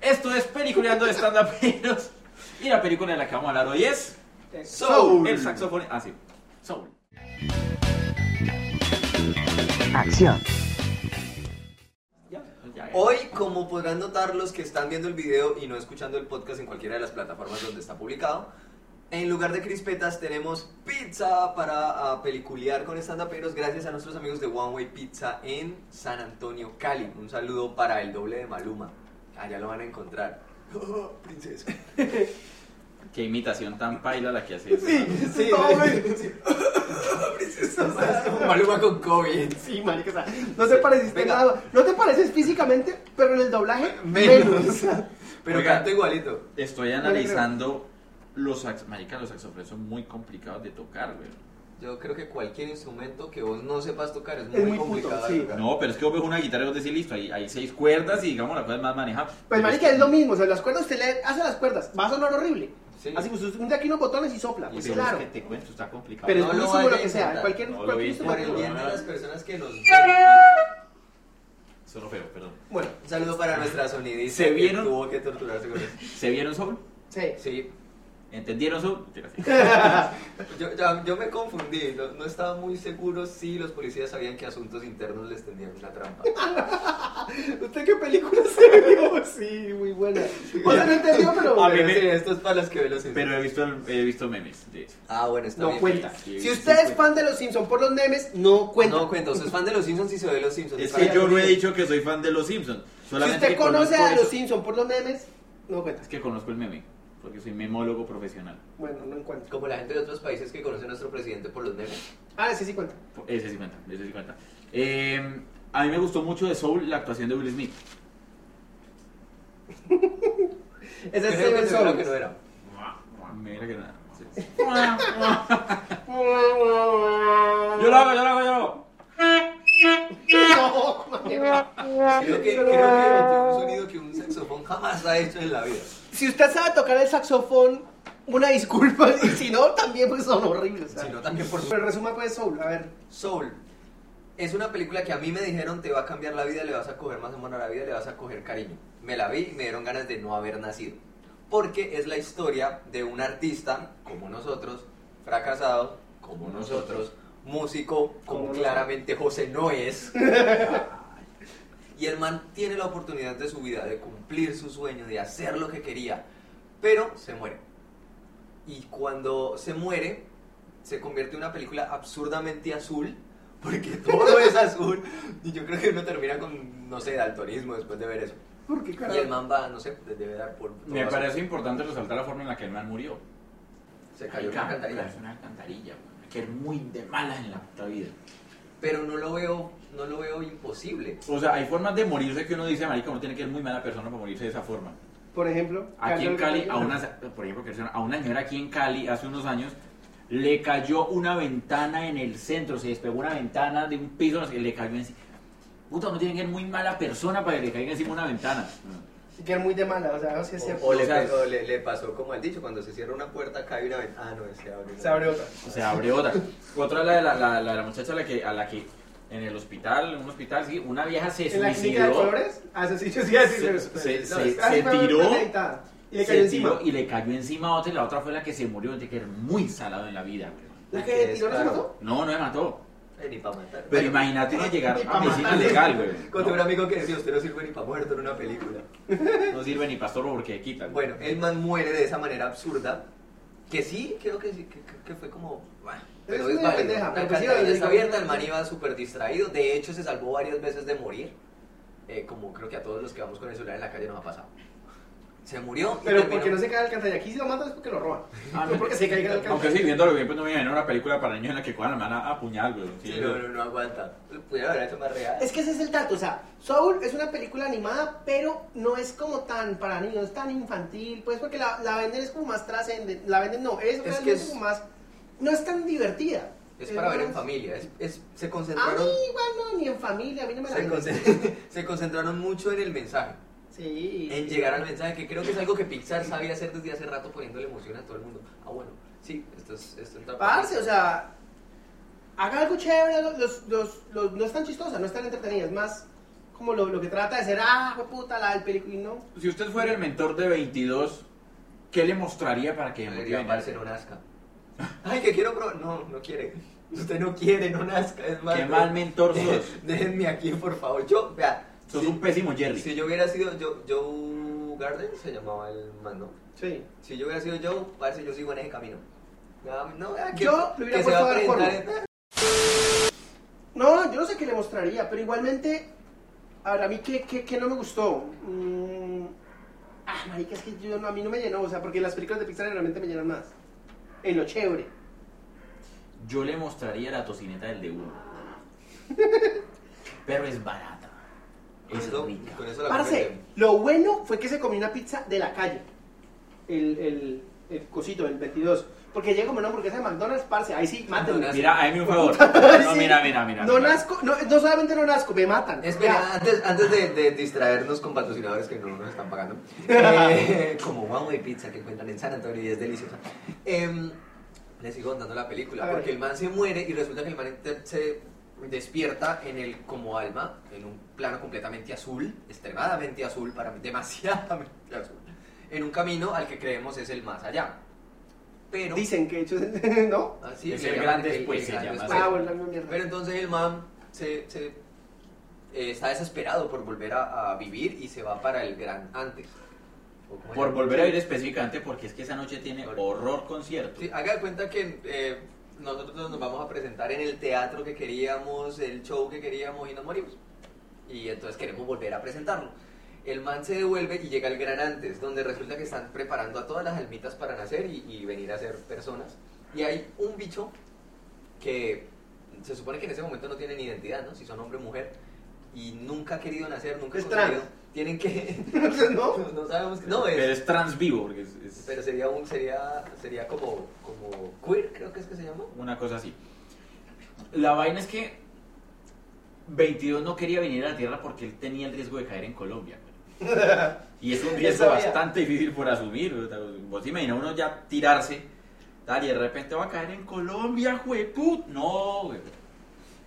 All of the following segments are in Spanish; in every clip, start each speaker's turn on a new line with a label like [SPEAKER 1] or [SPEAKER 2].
[SPEAKER 1] Esto es Peliculeando de Stand Uperos. Y la película de la que vamos a hablar hoy es.
[SPEAKER 2] Soul.
[SPEAKER 1] El saxofón. Ah, sí. Soul.
[SPEAKER 3] Acción.
[SPEAKER 1] Ya, ya, ya.
[SPEAKER 2] Hoy, como podrán notar los que están viendo el video y no escuchando el podcast en cualquiera de las plataformas donde está publicado, en lugar de crispetas tenemos pizza para ah, peliculear con stand-uperos gracias a nuestros amigos de One Way Pizza en San Antonio, Cali. Un saludo para el doble de Maluma. Allá lo van a encontrar. Oh, princesa.
[SPEAKER 1] Qué imitación tan paila la que hace.
[SPEAKER 2] Sí,
[SPEAKER 3] sí.
[SPEAKER 2] princesa. o sea, es como Maluma con COVID.
[SPEAKER 3] Sí, marica, o sea, no te pareciste
[SPEAKER 2] Venga.
[SPEAKER 3] nada. No te pareces físicamente, pero en el doblaje
[SPEAKER 2] Menos.
[SPEAKER 3] menos. Pues,
[SPEAKER 2] Pero
[SPEAKER 1] Oiga.
[SPEAKER 2] canto igualito.
[SPEAKER 1] Estoy analizando los sax. Marica, los saxofones son muy complicados de tocar, güey.
[SPEAKER 2] Yo creo que cualquier instrumento que vos no sepas tocar es muy,
[SPEAKER 3] Es muy puto,
[SPEAKER 2] complicado de
[SPEAKER 3] sí.
[SPEAKER 2] tocar.
[SPEAKER 1] No, pero es que vos ves una guitarra y vos decís, listo, hay, hay seis cuerdas y digamos la cosa es más manejable.
[SPEAKER 3] Pues marica, es lo mismo, o sea, las cuerdas usted le hace las cuerdas, va a sonar horrible.
[SPEAKER 2] Sí.
[SPEAKER 3] Así que usted hunde aquí unos botones y sopla,
[SPEAKER 1] Y
[SPEAKER 3] pues
[SPEAKER 1] pero
[SPEAKER 3] claro.
[SPEAKER 1] es que te cuento, está complicado.
[SPEAKER 2] No
[SPEAKER 3] Pero es
[SPEAKER 2] lo
[SPEAKER 3] buenísimo
[SPEAKER 2] vaya
[SPEAKER 3] lo
[SPEAKER 2] a
[SPEAKER 3] que sea,
[SPEAKER 2] intentar,
[SPEAKER 3] cualquier,
[SPEAKER 1] no lo
[SPEAKER 3] cualquier
[SPEAKER 1] viste,
[SPEAKER 2] Por el
[SPEAKER 3] instrumento.
[SPEAKER 2] bien de
[SPEAKER 1] Ah.
[SPEAKER 2] las personas que nos ven.
[SPEAKER 1] Solo feo, perdón.
[SPEAKER 3] Bueno,
[SPEAKER 2] Un saludo para nuestra sonidista.
[SPEAKER 1] ¿Se
[SPEAKER 2] que
[SPEAKER 1] vieron?
[SPEAKER 2] Tuvo que torturarse con eso.
[SPEAKER 1] ¿Se vieron solo?
[SPEAKER 3] sí.
[SPEAKER 2] Sí.
[SPEAKER 1] ¿Entendieron solo? Mentira, sí.
[SPEAKER 2] Yo, ya- yo me confundí. No, no estaba muy seguro si los policías sabían que asuntos internos les tenían una trampa.
[SPEAKER 3] ¿Usted qué película se vio? Sí, muy buena. O sea, no entendió, pero...
[SPEAKER 1] A mí
[SPEAKER 2] Pero
[SPEAKER 1] me-
[SPEAKER 2] sí, esto es para los que ven los
[SPEAKER 1] Pero
[SPEAKER 2] Simpsons.
[SPEAKER 1] he visto, he visto memes de eso.
[SPEAKER 2] Ah, bueno, está
[SPEAKER 3] No
[SPEAKER 2] bien.
[SPEAKER 3] cuenta.
[SPEAKER 1] Sí,
[SPEAKER 3] Si
[SPEAKER 1] sí
[SPEAKER 3] usted es
[SPEAKER 1] cuenta.
[SPEAKER 3] fan de los Simpsons por los memes, no cuenta.
[SPEAKER 2] No cuenta. Usted es fan de los Simpsons y se ve los Simpsons.
[SPEAKER 1] Es
[SPEAKER 2] Para-
[SPEAKER 1] que yo no he dicho que soy fan de los Simpsons.
[SPEAKER 3] si
[SPEAKER 1] Solamente
[SPEAKER 3] usted conoce
[SPEAKER 1] conozco
[SPEAKER 3] a los
[SPEAKER 1] eso.
[SPEAKER 3] Simpsons por los memes, no cuenta.
[SPEAKER 1] Es que conozco el meme, porque soy memólogo profesional.
[SPEAKER 3] Bueno, no encuentro.
[SPEAKER 2] Como la gente de otros países que conoce a nuestro presidente por los memes.
[SPEAKER 3] Ah, sí, sí cuenta.
[SPEAKER 1] Ese sí cuenta, ese sí cuenta. Eh, a mí me gustó mucho de Soul la actuación de Will Smith.
[SPEAKER 3] Ese es
[SPEAKER 2] Creo que
[SPEAKER 3] Steven
[SPEAKER 2] seguro
[SPEAKER 3] Solis.
[SPEAKER 2] que no era.
[SPEAKER 1] Mira que nada. Sí. Yo lo hago, yo lo hago, yo lo hago.
[SPEAKER 3] No, marica.
[SPEAKER 2] Creo que, creo que emitió un sonido que un saxofón jamás ha hecho en la vida.
[SPEAKER 3] Si usted sabe tocar el saxofón, una disculpa. Y si no, también pues son horribles.
[SPEAKER 2] Sino también por su
[SPEAKER 3] Pero resuma pues Soul, a ver.
[SPEAKER 2] Soul es una película que a mí me dijeron te va a cambiar la vida, le vas a coger más amor a la vida, le vas a coger cariño. Me la vi y me dieron ganas de no haber nacido. Porque es la historia de un artista como nosotros, fracasado como nosotros, músico como
[SPEAKER 3] Como
[SPEAKER 2] claramente José no es. Y el man tiene la oportunidad de su vida, de cumplir su sueño, de hacer lo que quería, pero se muere. Y cuando se muere, se convierte en una película absurdamente azul, porque todo es azul. Y yo creo que uno termina con, no sé, daltonismo después de ver eso.
[SPEAKER 3] ¿Por qué
[SPEAKER 2] Y el
[SPEAKER 3] carajo?
[SPEAKER 2] man va, no sé, debe dar por. todo
[SPEAKER 1] Me
[SPEAKER 2] azul.
[SPEAKER 1] parece importante resaltar la forma en la que el man murió.
[SPEAKER 2] Se cayó en una
[SPEAKER 1] Marica,
[SPEAKER 2] alcantarilla.
[SPEAKER 1] Es una alcantarilla, güey. que es muy de malas en la puta vida.
[SPEAKER 2] Pero no lo veo, no lo veo imposible.
[SPEAKER 1] O sea, hay formas de morirse que uno dice, marica, uno tiene que ser muy mala persona para morirse de esa forma.
[SPEAKER 3] Por ejemplo,
[SPEAKER 1] Aquí en Cali, a
[SPEAKER 3] aún
[SPEAKER 1] una, por ejemplo, que sea- a una señora aquí en Cali hace unos años le cayó una ventana en el centro, se despegó una ventana de un piso, no sé, le cayó encima. Puta, uno tiene que ser muy mala persona para que le caiga encima una ventana.
[SPEAKER 3] Que es muy de mala, o sea, no sé si es
[SPEAKER 2] O,
[SPEAKER 3] cierto.
[SPEAKER 2] o le,
[SPEAKER 1] O sea,
[SPEAKER 2] o le- le pasó como al dicho, cuando se cierra una puerta cae una ventana. Ah, no, se abre. una.
[SPEAKER 3] Se abre otra.
[SPEAKER 1] Se abre otra. Otra es la de la, la- la de la muchacha a la que, a la que en el hospital, en un hospital, sí, una vieja se
[SPEAKER 3] ¿En la clínica de
[SPEAKER 1] suicidó.
[SPEAKER 3] colores? Ah, sí, sí, sí, sí, sí,
[SPEAKER 1] Se-
[SPEAKER 3] sí, sí,
[SPEAKER 1] se-
[SPEAKER 3] sí,
[SPEAKER 1] se-
[SPEAKER 3] sí, sí, sí,
[SPEAKER 1] se tiró,
[SPEAKER 3] meditada. Y le
[SPEAKER 1] se
[SPEAKER 3] cayó
[SPEAKER 1] tiró
[SPEAKER 3] encima.
[SPEAKER 1] y le cayó encima otra y la otra fue la que se murió, tiene que ser muy salado en la vida, güey.
[SPEAKER 3] ¿La que tiró no se
[SPEAKER 2] Claro.
[SPEAKER 3] mató?
[SPEAKER 1] No, no me mató.
[SPEAKER 2] Eh, Ni para matar.
[SPEAKER 1] Pero imagínate uno llegar
[SPEAKER 3] Y pa'
[SPEAKER 1] a medicina
[SPEAKER 3] matarlo.
[SPEAKER 1] legal, güey.
[SPEAKER 2] Cuando un amigo que decía, usted no sirve ni para muerto en una película.
[SPEAKER 1] No sirve ni pastor porque quitan.
[SPEAKER 2] Bueno, el man muere de esa manera absurda. Que sí, creo que sí, que, que- que fue como. bah, Pero
[SPEAKER 3] Es
[SPEAKER 2] es
[SPEAKER 3] una
[SPEAKER 2] válido.
[SPEAKER 3] pendeja,
[SPEAKER 2] La
[SPEAKER 3] pero pues sí,
[SPEAKER 2] alcantarilla
[SPEAKER 3] vale,
[SPEAKER 2] está
[SPEAKER 3] vale.
[SPEAKER 2] abierta, el man iba súper distraído. De hecho, se salvó varias veces de morir. Eh, como creo que a todos los que vamos con el celular en la calle nos ha pasado. Se murió. y
[SPEAKER 3] Pero
[SPEAKER 2] terminó-
[SPEAKER 3] porque no se cae la alcantarilla. Aquí si lo matan es porque lo roban.
[SPEAKER 1] Ah,
[SPEAKER 3] No porque se caiga la alcantarilla.
[SPEAKER 1] Aunque sí, viéndolo bien, pues no me imagino una película para niños en la que cuadran la mano a puñal, güey. Sí,
[SPEAKER 2] Sí, no, no, no aguanta. Lo pudieron haber hecho más real.
[SPEAKER 3] Es que ese es el dato, o sea, Soul es una película animada, pero no es como tan para niños, es tan infantil, pues porque la, la venden es como más trascendente, la venden no, es,
[SPEAKER 2] que
[SPEAKER 3] realmente
[SPEAKER 2] es-
[SPEAKER 3] como más, no es tan divertida.
[SPEAKER 2] Es para ver en
[SPEAKER 3] más-
[SPEAKER 2] familia. es- es- se
[SPEAKER 3] A mí
[SPEAKER 2] concentraron.
[SPEAKER 3] igual no, ni en familia, a mí no me la
[SPEAKER 2] Se,
[SPEAKER 3] venden.
[SPEAKER 2] concen- se concentraron mucho en el mensaje.
[SPEAKER 3] Sí.
[SPEAKER 2] en llegar al mensaje, que creo que es algo que Pixar sabía hacer desde hace rato poniéndole emoción a todo el mundo. Ah, bueno, sí, esto es... Esto es
[SPEAKER 3] Parce, o sea, haga algo chévere, los, los, los- no es tan chistosa, no es tan entretenida, es más como lo, lo que trata de ser, ah, fue puta, la del peliculín, no.
[SPEAKER 1] Si usted fuera el mentor de 22, ¿qué le mostraría para que
[SPEAKER 2] Le
[SPEAKER 1] motive
[SPEAKER 2] diría,
[SPEAKER 1] en
[SPEAKER 2] "Parce,
[SPEAKER 1] el-
[SPEAKER 2] no nazca. Ay, que quiero probar. No, no quiere. Usted no quiere, no nazca. Es más,
[SPEAKER 1] Qué
[SPEAKER 2] no-
[SPEAKER 1] mal mentor sos.
[SPEAKER 2] Déjenme aquí, por favor. Yo, vea.
[SPEAKER 1] Sos
[SPEAKER 2] si-
[SPEAKER 1] un pésimo Jerry.
[SPEAKER 2] Si yo hubiera sido Joe, Joe Garden, se llamaba el mando.
[SPEAKER 3] Sí.
[SPEAKER 2] Si yo hubiera sido Joe, parece yo sigo en ese camino. No, no, vea, que,
[SPEAKER 3] Yo lo hubiera
[SPEAKER 2] que se va
[SPEAKER 3] puesto de
[SPEAKER 2] presentar en-
[SPEAKER 3] No, yo no sé qué le mostraría, pero igualmente, ahora a mí qué, qué, qué no me gustó. Mm, ah, marica, es que yo, no- a mí no me llenó, o sea, porque las películas de Pixar realmente me llenan más. En lo chévere.
[SPEAKER 1] Yo le mostraría la tocineta del de uno. Pero es barata.
[SPEAKER 2] Con
[SPEAKER 1] Es
[SPEAKER 2] eso-
[SPEAKER 1] rica.
[SPEAKER 2] con eso la
[SPEAKER 3] Parce,
[SPEAKER 2] convierte.
[SPEAKER 3] lo bueno fue que se comió una pizza de la calle. El, el, el cosito, el 22. Porque llega como una hamburguesa de McDonald's, parce, ahí sí, mátenme.
[SPEAKER 2] McDonald's.
[SPEAKER 1] Mira, hazme un favor. No,
[SPEAKER 3] Sí.
[SPEAKER 1] mira, mira, mira.
[SPEAKER 3] No
[SPEAKER 1] mira.
[SPEAKER 3] nazco, no, no solamente no nazco, me matan.
[SPEAKER 2] Espera, antes, antes de, de distraernos con patrocinadores que no nos están pagando, eh, como Wow y Pizza que encuentran en San Antonio y es deliciosa, em, les sigo contando la
[SPEAKER 3] A
[SPEAKER 2] película,
[SPEAKER 3] ver.
[SPEAKER 2] porque el man se muere y resulta que el man enter- se despierta en el como alma, en un plano completamente azul, extremadamente azul, para mí demasiadamente azul, en un camino al que creemos es el más allá. Pero...
[SPEAKER 3] Ya, Dicen que hecho, ¿no?
[SPEAKER 2] Así
[SPEAKER 1] Es
[SPEAKER 2] le
[SPEAKER 1] el
[SPEAKER 2] llaman
[SPEAKER 1] gran después, se
[SPEAKER 2] gran
[SPEAKER 1] llama.
[SPEAKER 2] después.
[SPEAKER 3] Ah, bueno, la misma mierda.
[SPEAKER 2] Pero entonces el man se, se, eh, está desesperado por volver a, a vivir y se va para el gran antes. ¿O cómo
[SPEAKER 1] Por
[SPEAKER 2] era?
[SPEAKER 1] volver a ir específicamente, porque es que esa noche tiene horror concierto.
[SPEAKER 2] Sí, Ah, haga de cuenta que eh, nosotros nos vamos a presentar en el teatro que queríamos, el show que queríamos y nos morimos. Y entonces queremos volver a presentarlo. El man se devuelve y llega al gran antes, donde resulta que están preparando a todas las almitas para nacer y, y venir a ser personas. Y hay un bicho que se supone que en ese momento no tienen identidad, ¿no? Si son hombre o mujer. Y nunca ha querido nacer, nunca
[SPEAKER 3] Es
[SPEAKER 2] ha conseguido.
[SPEAKER 3] trans.
[SPEAKER 2] Tienen que...
[SPEAKER 3] Entonces, ¿no?
[SPEAKER 2] no, no sabemos... qué- No, es...
[SPEAKER 1] Pero es trans vivo, porque es, es
[SPEAKER 2] Pero sería un sería sería como como queer, creo que es que se llama.
[SPEAKER 1] una cosa así. La vaina es que 22 no quería venir a la Tierra porque él tenía el riesgo de caer en Colombia. güey. Y es un riesgo
[SPEAKER 3] sabía.
[SPEAKER 1] bastante difícil por asumir. güey. Vos te imaginas uno ya tirarse, tal, y de repente va a caer en Colombia, jueput. No, güey.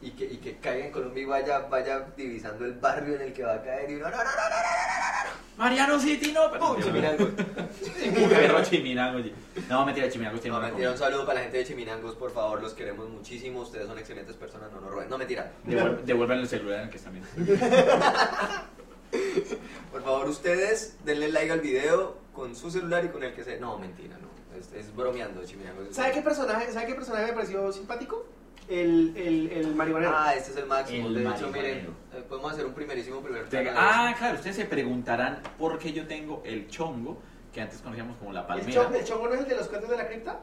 [SPEAKER 2] Y que, y que caiga en Colombia y vaya, vaya divisando el barrio en el que va a caer y uno, no, no, no, no,
[SPEAKER 1] Mariano City, no, pero.
[SPEAKER 2] no, no, Chiminangos.
[SPEAKER 1] Perro Chiminango, oye. No, mentira, Chiminango tiene
[SPEAKER 2] No,
[SPEAKER 1] una
[SPEAKER 2] mentira,
[SPEAKER 1] comida.
[SPEAKER 2] un saludo para la gente de Chiminangos, por favor, los queremos muchísimo, ustedes son excelentes personas, no nos roben. No, mentira,
[SPEAKER 1] Devuel- Devuelvan el celular en el que están viendo.
[SPEAKER 2] por favor, ustedes denle like al video con su celular y con el que sea. No, mentira, no, es, es bromeando, Chiminangos.
[SPEAKER 3] ¿Sabe qué personaje, sabe qué personaje me pareció simpático? El, el, el marihuanero.
[SPEAKER 2] Ah, este es el máximo,
[SPEAKER 1] El
[SPEAKER 2] de hecho, miren,
[SPEAKER 1] marihuanero.
[SPEAKER 2] eh, podemos hacer un primerísimo primer
[SPEAKER 1] Te-
[SPEAKER 2] plano de
[SPEAKER 1] Ah, claro, ustedes se preguntarán por qué yo tengo el chongo, que antes conocíamos como la
[SPEAKER 3] ¿El,
[SPEAKER 1] palmera.
[SPEAKER 3] chongo, ¿El chongo no es el de los cuentos de la cripta?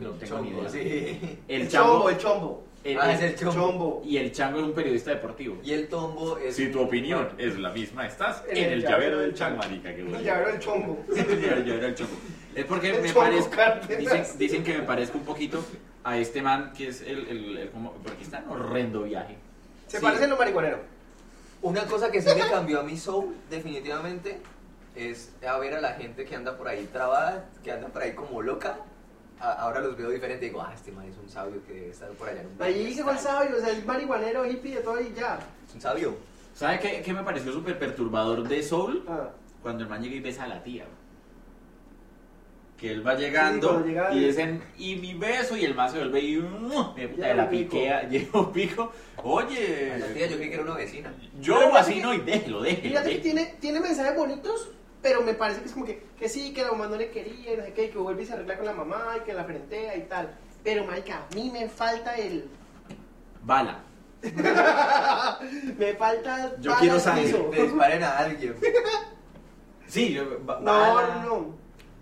[SPEAKER 1] No tengo ni
[SPEAKER 2] chongo,
[SPEAKER 1] idea.
[SPEAKER 2] sí.
[SPEAKER 1] El
[SPEAKER 3] chombo,
[SPEAKER 1] chongo
[SPEAKER 3] el chombo.
[SPEAKER 2] Ah, es el chombo.
[SPEAKER 3] Chombo.
[SPEAKER 1] Y el chango es un periodista deportivo.
[SPEAKER 2] Y el tombo es.
[SPEAKER 1] Si tu opinión es la misma, estás
[SPEAKER 3] En
[SPEAKER 1] en,
[SPEAKER 3] el
[SPEAKER 1] el llavero
[SPEAKER 3] llavero
[SPEAKER 1] del
[SPEAKER 3] del
[SPEAKER 1] chango, marica, que
[SPEAKER 3] El
[SPEAKER 1] huele.
[SPEAKER 3] llavero del chombo.
[SPEAKER 1] Sí, el llavero del chongo. Es porque
[SPEAKER 3] El
[SPEAKER 1] me
[SPEAKER 3] chongo
[SPEAKER 1] parezco,
[SPEAKER 3] Cárdenas.
[SPEAKER 1] dicen, dicen que me parezco un poquito a este man que es el, el, el como, porque está en horrendo viaje.
[SPEAKER 3] Se
[SPEAKER 2] Sí.
[SPEAKER 3] parecen los marihuaneros.
[SPEAKER 2] Una cosa que sí me cambió a mi soul, definitivamente, es a ver a la gente que anda por ahí trabada, que anda por ahí como loca. A- ahora los veo diferente y digo, ah, este man es un sabio que debe estar por allá en un
[SPEAKER 3] Ahí se fue el
[SPEAKER 2] pedestal".
[SPEAKER 3] sabio, o sea, el marihuanero hippie de todo y ya.
[SPEAKER 2] Es un sabio.
[SPEAKER 1] ¿Sabe qué, qué me pareció súper perturbador de Soul?
[SPEAKER 3] Ah.
[SPEAKER 1] Cuando el man llega y besa a la tía. güey. Que él va llegando
[SPEAKER 3] cuando llega
[SPEAKER 1] y
[SPEAKER 3] el-
[SPEAKER 1] dicen, y mi beso, y el man se vuelve y ¡mua! me puta,
[SPEAKER 3] Lleva
[SPEAKER 1] la
[SPEAKER 3] un pico.
[SPEAKER 1] piquea, lleva un pico. Oye,
[SPEAKER 2] A la tía yo creí que era una vecina.
[SPEAKER 3] Pero
[SPEAKER 1] yo
[SPEAKER 3] fíjate
[SPEAKER 1] así
[SPEAKER 3] que-
[SPEAKER 1] no, y déjelo, déjelo.
[SPEAKER 3] Fíjate que
[SPEAKER 1] déjelo.
[SPEAKER 3] tiene, tiene mensajes bonitos, pero me parece que es como que, que sí, que la mamá no le quería, y no sé qué, y que vuelve y se arregla con la mamá y que la frentea y tal. Pero, marica, a mí me falta el...
[SPEAKER 1] Bala.
[SPEAKER 3] Me falta...
[SPEAKER 1] Yo
[SPEAKER 3] balas
[SPEAKER 1] quiero
[SPEAKER 3] en
[SPEAKER 1] sangre.
[SPEAKER 3] eso.
[SPEAKER 2] Le disparen a alguien.
[SPEAKER 1] Sí, yo- ba-
[SPEAKER 3] No,
[SPEAKER 1] bala.
[SPEAKER 3] no,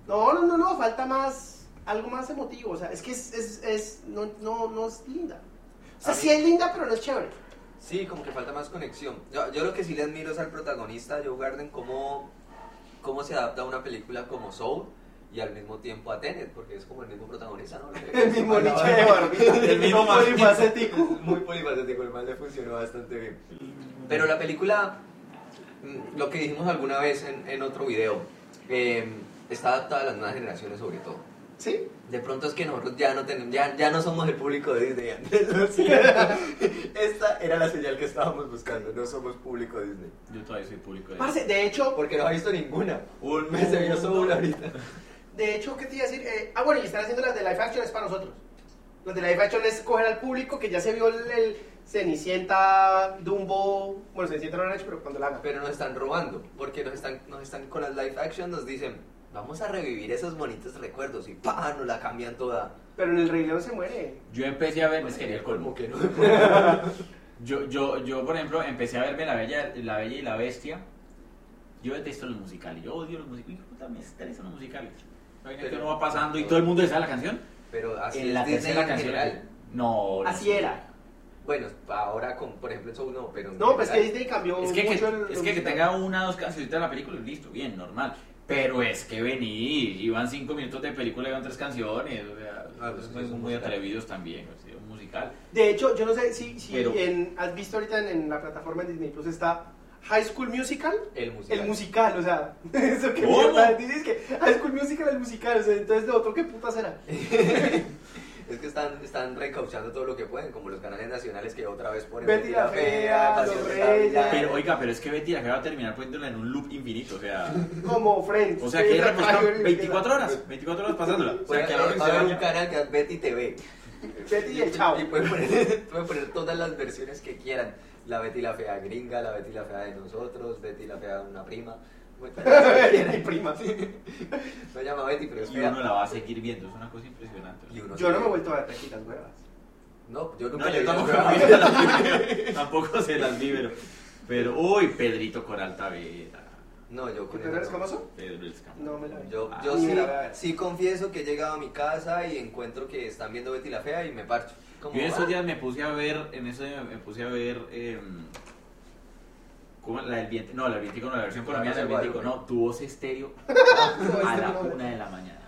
[SPEAKER 3] no, no, no, no, falta más, algo más emotivo, o sea, es que es, es, es- no, no, no es linda. O sea,
[SPEAKER 2] A mí-
[SPEAKER 3] sí es linda, pero no es chévere.
[SPEAKER 2] Sí, como que falta más conexión. Yo, yo lo que sí le admiro es al protagonista, Joe Garden, cómo, cómo se adapta a una película como Soul y al mismo tiempo a Tenet, porque es como el mismo protagonista, ¿no?
[SPEAKER 3] nicho barbita,
[SPEAKER 1] El mismo masquito.
[SPEAKER 2] Muy polifacético, el mal le funcionó bastante bien. Pero la película, mm, lo que dijimos alguna vez en, en otro video, eh, está adaptada a las nuevas generaciones sobre todo.
[SPEAKER 3] ¿Sí?
[SPEAKER 2] De pronto es que nosotros ya no tenemos, ya, ya no somos el público de Disney. Andrés, lo siento. Esta era la señal que estábamos buscando. No somos público Disney.
[SPEAKER 1] Yo todavía soy público de
[SPEAKER 3] Parce, de hecho,
[SPEAKER 2] Porque no ha visto ninguna.
[SPEAKER 1] Un
[SPEAKER 2] Me se vio solo
[SPEAKER 1] mundo.
[SPEAKER 2] una ahorita.
[SPEAKER 3] de hecho, ¿qué te iba a decir? Eh, ah, bueno, y están haciendo las de live action, es para nosotros. Las de live action es coger al público que ya se vio el, el Cenicienta, Dumbo. Bueno, Cenicienta no lo han hecho, pero cuando la hagan.
[SPEAKER 2] Pero nos están robando. Porque nos están, nos están con las live action, nos dicen, vamos a revivir esos bonitos recuerdos. Y pa, nos la cambian toda.
[SPEAKER 3] Pero en el Rey León se muere.
[SPEAKER 1] Yo empecé a ver,
[SPEAKER 2] Pues
[SPEAKER 1] es que era el colmo.
[SPEAKER 2] Como que no.
[SPEAKER 1] Yo, yo, yo, por ejemplo, empecé a verme La Bella, la Bella y la Bestia. Yo detesto los musicales, yo odio los musicales. Hijo de puta, me estresan los musicales. La vaina que
[SPEAKER 2] Pero-
[SPEAKER 1] uno va pasando y todo el mundo sabe la canción.
[SPEAKER 2] Pero así
[SPEAKER 1] en
[SPEAKER 2] es
[SPEAKER 1] la
[SPEAKER 2] Disney
[SPEAKER 1] tercera
[SPEAKER 2] en
[SPEAKER 1] canción.
[SPEAKER 2] general.
[SPEAKER 1] No, no.
[SPEAKER 3] Así era.
[SPEAKER 2] Bueno, ahora con, por ejemplo, eso no, pero... en
[SPEAKER 3] No, pues que
[SPEAKER 2] general.
[SPEAKER 3] Disney cambió
[SPEAKER 1] Es que, que-
[SPEAKER 3] mucho
[SPEAKER 1] es
[SPEAKER 3] el- el
[SPEAKER 1] que, que
[SPEAKER 3] musical.
[SPEAKER 1] tenga una o dos cancioncitas de la película, listo, bien, normal. Pero es que venir, iban cinco minutos de película, iban tres canciones. O sea,
[SPEAKER 2] Ah, pues,
[SPEAKER 1] son
[SPEAKER 2] es un
[SPEAKER 1] muy
[SPEAKER 2] musical.
[SPEAKER 1] atrevidos también. o sea, un musical.
[SPEAKER 3] De hecho, yo no sé si, si
[SPEAKER 1] Pero-
[SPEAKER 3] en- has visto ahorita en, en la plataforma de Disney Plus está High School Musical,
[SPEAKER 2] El musical.
[SPEAKER 3] el musical, o sea, eso que
[SPEAKER 1] ¿Cómo?
[SPEAKER 3] mierda, dices que High School Musical, el musical, o sea, entonces de otro qué puta será.
[SPEAKER 2] Es que están, están recauchando todo lo que pueden, como los canales nacionales que otra vez ponen...
[SPEAKER 3] Betty la Fea,
[SPEAKER 2] Pasión
[SPEAKER 3] Los
[SPEAKER 2] de Gavilanes.
[SPEAKER 3] Reyes.
[SPEAKER 1] Pero oiga, pero es que Betty la Fea va a terminar poniéndola en un loop infinito. O sea,
[SPEAKER 3] Como Friends.
[SPEAKER 1] o sea que ella
[SPEAKER 3] High
[SPEAKER 1] repostar
[SPEAKER 3] School Musical.
[SPEAKER 1] 24 horas, 24 horas pasándola. O
[SPEAKER 2] Voy
[SPEAKER 1] sea,
[SPEAKER 2] a-
[SPEAKER 1] que a la
[SPEAKER 2] va
[SPEAKER 1] hora que
[SPEAKER 2] a
[SPEAKER 1] se
[SPEAKER 2] haber un
[SPEAKER 1] vaya.
[SPEAKER 2] canal que es Betty TV.
[SPEAKER 3] Betty y el Chao.
[SPEAKER 2] Y pueden poner, pueden poner todas las versiones que quieran. La Betty la fea gringa, la Betty la fea de nosotros, Betty la fea de una prima. Bueno, la que
[SPEAKER 3] Mi
[SPEAKER 2] quieran.
[SPEAKER 3] prima.
[SPEAKER 2] No se llama Betty, pero es
[SPEAKER 1] Y
[SPEAKER 2] fea.
[SPEAKER 1] uno la va a seguir viendo, es una cosa impresionante.
[SPEAKER 2] Y uno
[SPEAKER 3] Yo no
[SPEAKER 2] se-
[SPEAKER 3] me he vuelto a ver Pequitas Huevas.
[SPEAKER 2] No, yo nunca
[SPEAKER 1] No,
[SPEAKER 2] le
[SPEAKER 1] yo
[SPEAKER 2] vi
[SPEAKER 1] tampoco,
[SPEAKER 2] la
[SPEAKER 1] me
[SPEAKER 2] prueba.
[SPEAKER 1] las- tampoco se las vi, pero, pero uy, Pedrito Coral Tavera,
[SPEAKER 2] No, yo con
[SPEAKER 3] ¿Pero eres
[SPEAKER 2] eso no.
[SPEAKER 3] famoso?
[SPEAKER 1] Pedro el Escamón.
[SPEAKER 3] No me la vi.
[SPEAKER 2] Yo,
[SPEAKER 1] Ah,
[SPEAKER 2] yo
[SPEAKER 3] ni
[SPEAKER 2] sí,
[SPEAKER 3] la verdad.
[SPEAKER 2] sí confieso que he llegado a mi casa y encuentro que están viendo Betty la fea y me parcho. Como,
[SPEAKER 1] Yo en
[SPEAKER 2] "Ah".
[SPEAKER 1] estos días me puse a ver, en esos días me puse a ver, eh, ¿cómo? La del viento, no, la del vientico, no, la versión colombiana del vientico, no, tu voz estéreo a la una de la mañana.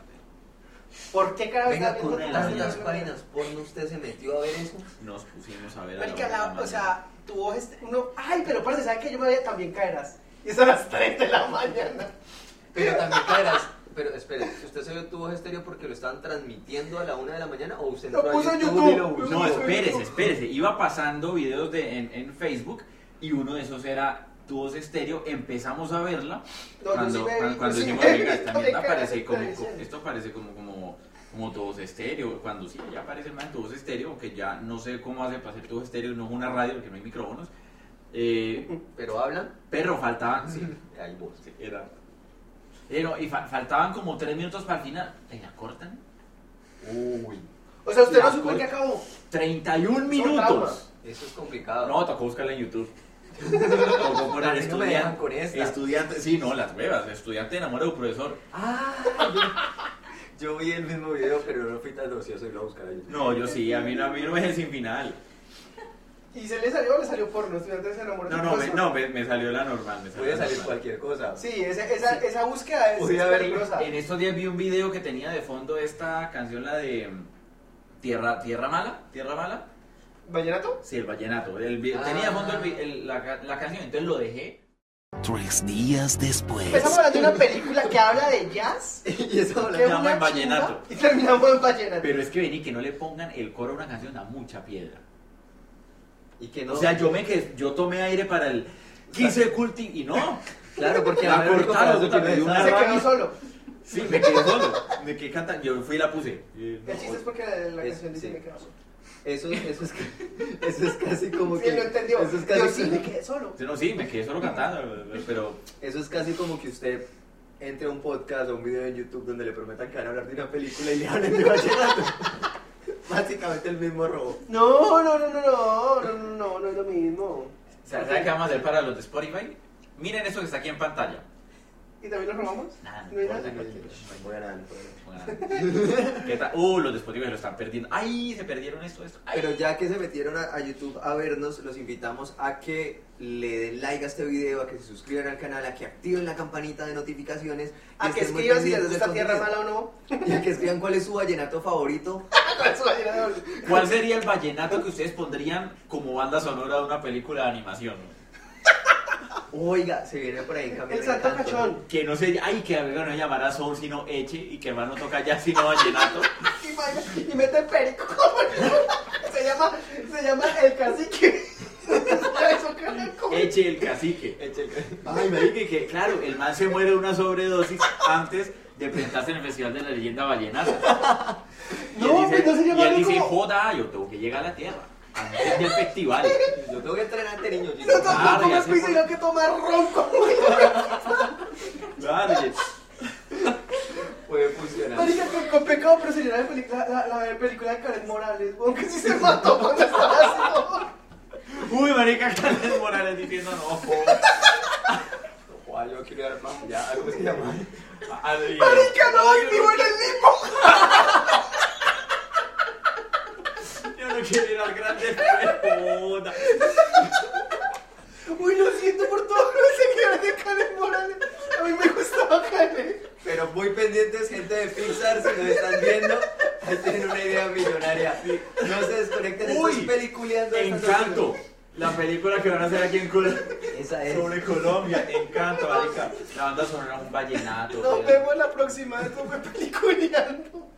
[SPEAKER 3] ¿Por qué carajo
[SPEAKER 2] Venga,
[SPEAKER 3] estás
[SPEAKER 2] con
[SPEAKER 3] viendo
[SPEAKER 1] las-
[SPEAKER 2] tantas
[SPEAKER 3] Pequitas
[SPEAKER 1] las
[SPEAKER 3] Huevas?
[SPEAKER 2] páginas porno usted se metió a ver eso.
[SPEAKER 1] Nos pusimos a ver a la una
[SPEAKER 3] Marica,
[SPEAKER 1] de la
[SPEAKER 3] la, o
[SPEAKER 1] mañana.
[SPEAKER 3] sea, tu voz es... Uno, ay, pero parce, ¿sabes que Yo me veía también caerás. Y eso a las 3 de la mañana.
[SPEAKER 2] Pero también caerás. Pero espere, ¿usted se vio tu voz estéreo porque lo estaban transmitiendo a la una de la mañana o usted
[SPEAKER 3] Lo
[SPEAKER 2] entró a
[SPEAKER 3] puso en
[SPEAKER 2] y lo
[SPEAKER 3] YouTube.
[SPEAKER 2] buscó?
[SPEAKER 1] No, espérese, espérese. Iba pasando videos de, en, en Facebook y uno de esos era tu voz estéreo. Empezamos a verla.
[SPEAKER 3] No, yo
[SPEAKER 1] cuando
[SPEAKER 3] sí me vi,
[SPEAKER 1] cuando,
[SPEAKER 3] yo
[SPEAKER 1] cuando
[SPEAKER 3] sí
[SPEAKER 1] dijimos,
[SPEAKER 3] me vi,
[SPEAKER 1] "Venga, esta
[SPEAKER 3] esto me
[SPEAKER 1] mierda
[SPEAKER 3] caga,
[SPEAKER 1] parece
[SPEAKER 3] esto
[SPEAKER 1] como,
[SPEAKER 3] es
[SPEAKER 1] co-
[SPEAKER 3] serio".
[SPEAKER 1] esto parece como, como, como tu voz estéreo. Cuando sí, ya aparece más tu voz estéreo, que ya no sé cómo hace para hacer tu voz estéreo, no es una radio, porque no hay micrófonos. Eh,
[SPEAKER 2] Pero hablan,
[SPEAKER 1] perro, faltaban. Sí,
[SPEAKER 2] hay voz.
[SPEAKER 1] sí, era. Eh, no, y fa- faltaban como tres minutos para el final. ¿Te la cortan?
[SPEAKER 2] Uy,
[SPEAKER 3] O sea, usted
[SPEAKER 1] La
[SPEAKER 3] no supo en qué acabó.
[SPEAKER 1] 31
[SPEAKER 3] traumas.
[SPEAKER 1] minutos.
[SPEAKER 2] eso es complicado.
[SPEAKER 1] No, tocó buscarla en YouTube. Tocó
[SPEAKER 2] A
[SPEAKER 1] poner
[SPEAKER 2] mí no me dejan
[SPEAKER 1] estudiante.
[SPEAKER 2] con esta.
[SPEAKER 1] Estudiante, sí, no, las huevas. Estudiante enamorado de un profesor.
[SPEAKER 2] Ah, yo, yo vi el mismo video, pero no fui tan ocioso y lo voy a buscar a YouTube.
[SPEAKER 1] No, yo sí, a mí no, a mí no me dejé sin final.
[SPEAKER 3] ¿Y se le salió o le salió porno? Estudiantes se enamoró.
[SPEAKER 1] No, no, me, no, me, me salió la normal. Me salió
[SPEAKER 2] Puede
[SPEAKER 1] la
[SPEAKER 2] salir
[SPEAKER 1] normal.
[SPEAKER 2] cualquier cosa.
[SPEAKER 3] Sí, esa, esa, esa búsqueda es,
[SPEAKER 2] Podía
[SPEAKER 3] es
[SPEAKER 2] haberlo
[SPEAKER 3] peligrosa.
[SPEAKER 1] En estos días vi un video que tenía de fondo esta canción, la de mm, Tierra, Tierra Mala, Tierra Mala.
[SPEAKER 3] ¿Vallenato?
[SPEAKER 1] Sí, el vallenato. El vi-
[SPEAKER 2] Ah.
[SPEAKER 1] Tenía de fondo el vi- el- la, ca- la canción, entonces lo dejé.
[SPEAKER 4] Tres días después.
[SPEAKER 3] Empezamos hablando de una película que habla de jazz.
[SPEAKER 2] y eso
[SPEAKER 3] que
[SPEAKER 2] habla-
[SPEAKER 3] es
[SPEAKER 1] llama
[SPEAKER 3] una
[SPEAKER 1] en vallenato.
[SPEAKER 3] chimba, Y terminamos en vallenato.
[SPEAKER 1] Pero es que vení, que no le pongan el coro a una canción da mucha piedra.
[SPEAKER 2] Y que no.
[SPEAKER 1] O sea, yo me que yo tomé aire para el quise cultivar y no.
[SPEAKER 2] Claro, porque
[SPEAKER 1] la
[SPEAKER 2] era el único
[SPEAKER 1] cortaron,
[SPEAKER 2] pedazo
[SPEAKER 1] puta,
[SPEAKER 2] que
[SPEAKER 1] me dio
[SPEAKER 2] me
[SPEAKER 1] una
[SPEAKER 2] sale.
[SPEAKER 3] se quedó
[SPEAKER 1] rabia.
[SPEAKER 3] solo.
[SPEAKER 1] Sí, me quedé solo. Me quedé cantando. Yo fui y la puse. Eh, no,
[SPEAKER 3] El chiste es porque la, la
[SPEAKER 2] Es-
[SPEAKER 3] canción dice
[SPEAKER 2] sí.
[SPEAKER 3] me quedó solo.
[SPEAKER 2] Eso, eso, es, ca- eso es casi como
[SPEAKER 3] Sí,
[SPEAKER 2] que.
[SPEAKER 3] lo entendió.
[SPEAKER 2] Eso es casi,
[SPEAKER 3] Yo sí me quedé solo.
[SPEAKER 1] no, sí, me quedé solo cantando. Pero
[SPEAKER 2] eso es casi como que usted entre a un podcast o un video en YouTube donde le prometan que van a hablar de una película y le hablen de vallenato. Básicamente el mismo robo.
[SPEAKER 3] No, no, no, no, no, no, no, no, no es lo mismo.
[SPEAKER 1] ¿Sabes qué vamos a hacer para los de Spotify? Miren eso que está aquí en pantalla.
[SPEAKER 3] ¿Y también lo robamos?
[SPEAKER 1] Nada,
[SPEAKER 3] ¿No hay
[SPEAKER 1] no
[SPEAKER 3] nada?
[SPEAKER 1] importa.
[SPEAKER 2] Bueno,
[SPEAKER 1] ¿Qué tal? Uh, los de Spotify lo están perdiendo. ¡Ay! Se perdieron esto, esto. ¡Ay!
[SPEAKER 2] Pero ya que se metieron a, a YouTube a vernos, los invitamos a que le den like a este video, a que se suscriban al canal, a que activen la campanita de notificaciones. y
[SPEAKER 3] A Ah, que
[SPEAKER 2] estén muy
[SPEAKER 3] escriban si les
[SPEAKER 2] pendientes
[SPEAKER 3] gusta
[SPEAKER 2] del
[SPEAKER 3] Tierra
[SPEAKER 2] contenido.
[SPEAKER 3] Mala o no.
[SPEAKER 2] Y a que escriban cuál es su vallenato favorito.
[SPEAKER 3] Con eso vallenato.
[SPEAKER 1] ¿Cuál sería el vallenato que ustedes pondrían como banda sonora de una película de animación?
[SPEAKER 2] Oiga, se viene por ahí en camino.
[SPEAKER 3] El santo
[SPEAKER 2] encanto.
[SPEAKER 3] cachón.
[SPEAKER 1] Que no se. Ay, que a ver, no llamará Soul sino Eche y que más no toca ya sino Vallenato.
[SPEAKER 3] Y baila, Y mete perico. como el- se, llama, se llama el cacique. Eso que- como-
[SPEAKER 1] Eche el cacique.
[SPEAKER 2] Eche el-
[SPEAKER 1] Ay, me dije que, claro, el man se muere de una sobredosis antes de presentarse en el Festival de la Leyenda Vallenata. Y él
[SPEAKER 3] No,
[SPEAKER 1] dice-
[SPEAKER 3] pues, no sería
[SPEAKER 1] Y él
[SPEAKER 3] malo
[SPEAKER 1] dice,
[SPEAKER 3] como-
[SPEAKER 1] joda, yo tengo que llegar a la tierra. Antes del festival.
[SPEAKER 2] Yo tengo que entrenarte, niño. yo-
[SPEAKER 3] No
[SPEAKER 1] Ah,
[SPEAKER 3] tampoco
[SPEAKER 1] ya
[SPEAKER 3] me
[SPEAKER 1] sé
[SPEAKER 3] pide
[SPEAKER 1] por-
[SPEAKER 3] sino que tomar ronco.
[SPEAKER 1] Claro, y él-
[SPEAKER 2] Puede funcionar.
[SPEAKER 3] Marica, con, con pecado presionará la, peli- la, la, la película de Karen Morales, weón, que sí se mató cuando estaba así,
[SPEAKER 1] Uy, marica, Carlos Morales diciendo no.
[SPEAKER 2] Guau, yo quiero ir más allá. ¿Cómo se llama?
[SPEAKER 1] Ah, y-
[SPEAKER 3] Marica, no, y vivo en el limbo.
[SPEAKER 1] Yo no quiero ir al grande joda.
[SPEAKER 3] Uy, lo siento por todo lo que de Karen Morales. A mí me gustaba Karen.
[SPEAKER 2] Pero muy pendientes, gente de Pixar, si nos están viendo, ahí tienen una idea millonaria. No se desconecten,
[SPEAKER 1] Uy,
[SPEAKER 2] estás peliculeando. estas
[SPEAKER 1] Encanto. La película que van a hacer aquí en Col-
[SPEAKER 2] horas. Esa es.
[SPEAKER 1] sobre Colombia. Encanto, marica. La banda sonora es un vallenato.
[SPEAKER 3] Nos
[SPEAKER 1] pero-
[SPEAKER 3] vemos la próxima, esto fue peliculeando.